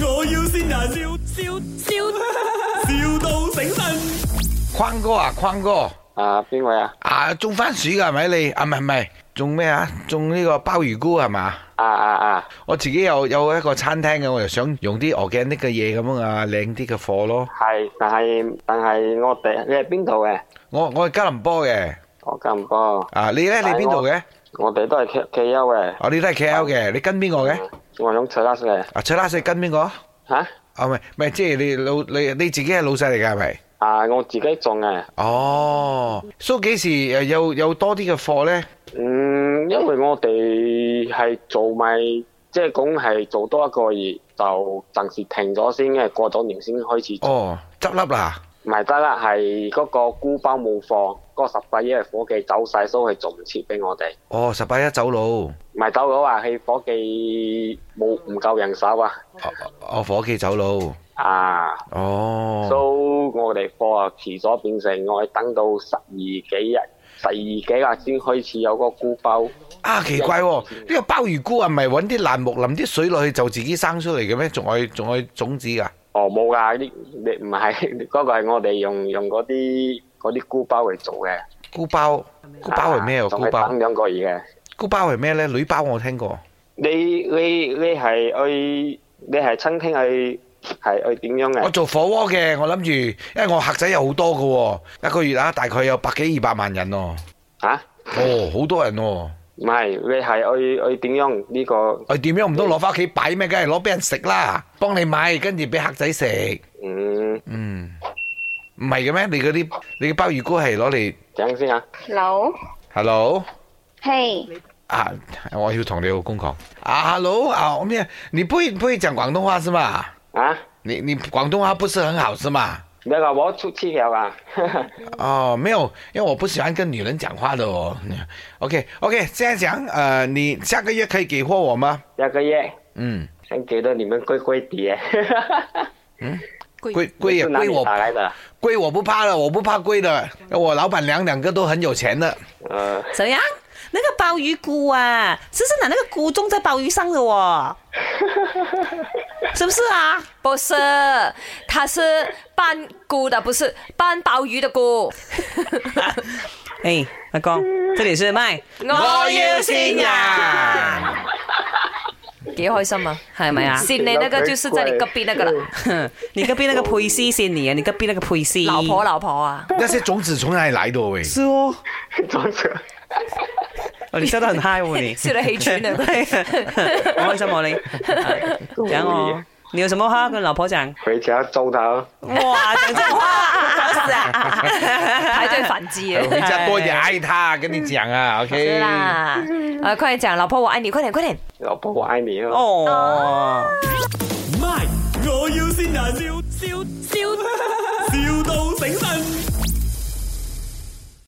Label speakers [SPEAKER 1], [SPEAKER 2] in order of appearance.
[SPEAKER 1] 要先人，笑笑笑，,笑到醒神。
[SPEAKER 2] 框哥啊，框哥
[SPEAKER 3] 啊，邊位啊？
[SPEAKER 2] 啊，種番薯噶係咪你？啊，唔係唔係，種咩啊？種呢個鮑魚菇係嘛？
[SPEAKER 3] 啊啊啊！
[SPEAKER 2] 我自己有有一個餐廳嘅，我就想用啲 organic 嘅嘢咁樣啊，靚啲嘅貨咯。
[SPEAKER 3] 係，但係但係我哋你係邊度嘅？
[SPEAKER 2] 我我係吉隆坡嘅，
[SPEAKER 3] 我咁唔多，
[SPEAKER 2] 啊你咧你邊度嘅？哦
[SPEAKER 3] 我哋都係 K K 優嘅，嗯
[SPEAKER 2] 我你都係 KL 嘅，你跟邊個嘅？
[SPEAKER 3] 我諗翠拉嘅
[SPEAKER 2] 啊，翠拉士跟邊個？啊
[SPEAKER 3] 吓
[SPEAKER 2] 唔係唔係，即係你老你你自己係老細嚟㗎係咪？
[SPEAKER 3] 啊！我自己種嘅，
[SPEAKER 2] 哦，蘇幾時誒有有多啲嘅貨咧？
[SPEAKER 3] 嗯，因為我哋係做咪，即係講係做多一個月就暫時停咗先嘅，過咗年先開始做。
[SPEAKER 2] 哦，執笠啦！
[SPEAKER 3] 唔係得啦，係嗰個菇包冇貨，嗰、個十八因為伙計走晒，所以佢做唔切俾我哋。
[SPEAKER 2] 哦，十八一走佬，哦
[SPEAKER 3] 唔係走佬啊，係伙計冇唔夠人手啊！
[SPEAKER 2] 哦，伙計走佬，
[SPEAKER 3] 啊，
[SPEAKER 2] 哦，
[SPEAKER 3] 都我哋貨啊遲咗變成我哋等到十二幾日、十二幾日先開始有個菇包。
[SPEAKER 2] 啊奇怪喎、呢、個鮑魚菇係咪揾啲爛木淋啲水落去就自己生出嚟嘅咩？仲係仲係種子㗎？
[SPEAKER 3] 哦，冇㗎，呢你唔係 嗰個係我哋用用嗰啲嗰啲菇包嚟做嘅。
[SPEAKER 2] 菇包，菇包係咩啊？
[SPEAKER 3] 啊啊仲
[SPEAKER 2] 菇
[SPEAKER 3] 係
[SPEAKER 2] 包
[SPEAKER 3] 等，兩個月嘅。
[SPEAKER 2] 菇包係咩咧？女包我聽過，
[SPEAKER 3] 你你你係去你係餐廳去係去點樣
[SPEAKER 2] 我
[SPEAKER 3] 嘅？
[SPEAKER 2] 做火鍋嘅，我諗住，因為我客仔有好多㗎喎，一個月啊大概有百幾二百萬人哦，
[SPEAKER 3] 嚇、
[SPEAKER 2] 哦好多人喎、
[SPEAKER 3] 啊唔係你係去去點樣呢、個？
[SPEAKER 2] 我點樣唔通攞翻屋企擺咩？梗係攞俾人食啦，幫你買，跟住俾客仔食。
[SPEAKER 3] 嗯，
[SPEAKER 2] 嗯，唔係嘅咩？你嗰啲你嘅鮑魚菇係攞嚟
[SPEAKER 3] 等先啊。
[SPEAKER 4] Hello，
[SPEAKER 2] ，hello
[SPEAKER 4] 嘿、
[SPEAKER 2] 啊，我要同你老公講啊，hello 啊，我咩？你不會不會講廣東話是嘛？
[SPEAKER 3] 啊，
[SPEAKER 2] 你你廣東話不是很好是嘛？
[SPEAKER 3] 你話我出去了啊？
[SPEAKER 2] 哦，沒有，因為我不喜歡跟女人講話的哦。OK OK，現在講，呃，你下個月可以給貨我嗎？
[SPEAKER 3] 一個月
[SPEAKER 2] 嗯，
[SPEAKER 3] 先給到你們貴貴的，
[SPEAKER 2] 貴 貴也
[SPEAKER 3] 是哪
[SPEAKER 2] 貴
[SPEAKER 3] 裡打
[SPEAKER 2] 我
[SPEAKER 3] 來的？
[SPEAKER 2] 貴我不怕了，我不怕貴的，我老闆娘兩個都很有錢的。
[SPEAKER 3] 呃，
[SPEAKER 5] 怎样？那个鲍鱼菇啊，是不是拿那个菇种在鲍鱼上的 哦？是不是啊？
[SPEAKER 6] 不是，它是扮菇的，不是扮鲍鱼的菇。
[SPEAKER 5] 哎，阿公，这里是麦，
[SPEAKER 6] 我
[SPEAKER 2] 呀！
[SPEAKER 6] 几开心啊！
[SPEAKER 5] 系咪啊？
[SPEAKER 6] 扇你那个就是在你隔壁那个了，
[SPEAKER 5] 你隔壁那个配丝是你啊，你隔壁那个配丝，
[SPEAKER 6] 老婆老婆啊，
[SPEAKER 2] 那些种子從哪裡來的哦喂？
[SPEAKER 5] 是哦，
[SPEAKER 3] 裝作
[SPEAKER 5] 哦 你笑得很嗨哦你，
[SPEAKER 6] 笑得氣喘啊
[SPEAKER 5] 好开心哦你，讲哦，你有什么话跟老婆讲？
[SPEAKER 3] 回家揍他。哦
[SPEAKER 5] 哇，讲真 话，
[SPEAKER 6] 排队繁殖 啊！
[SPEAKER 2] 回家多一點愛他，跟你講啊
[SPEAKER 6] 是
[SPEAKER 2] ，OK。
[SPEAKER 6] 啦，啊，快点讲，老婆我爱你，快点快点。
[SPEAKER 3] 老婆，我愛你哦。
[SPEAKER 5] 哦。
[SPEAKER 1] 咪，我要先人，笑笑笑，,笑到醒神。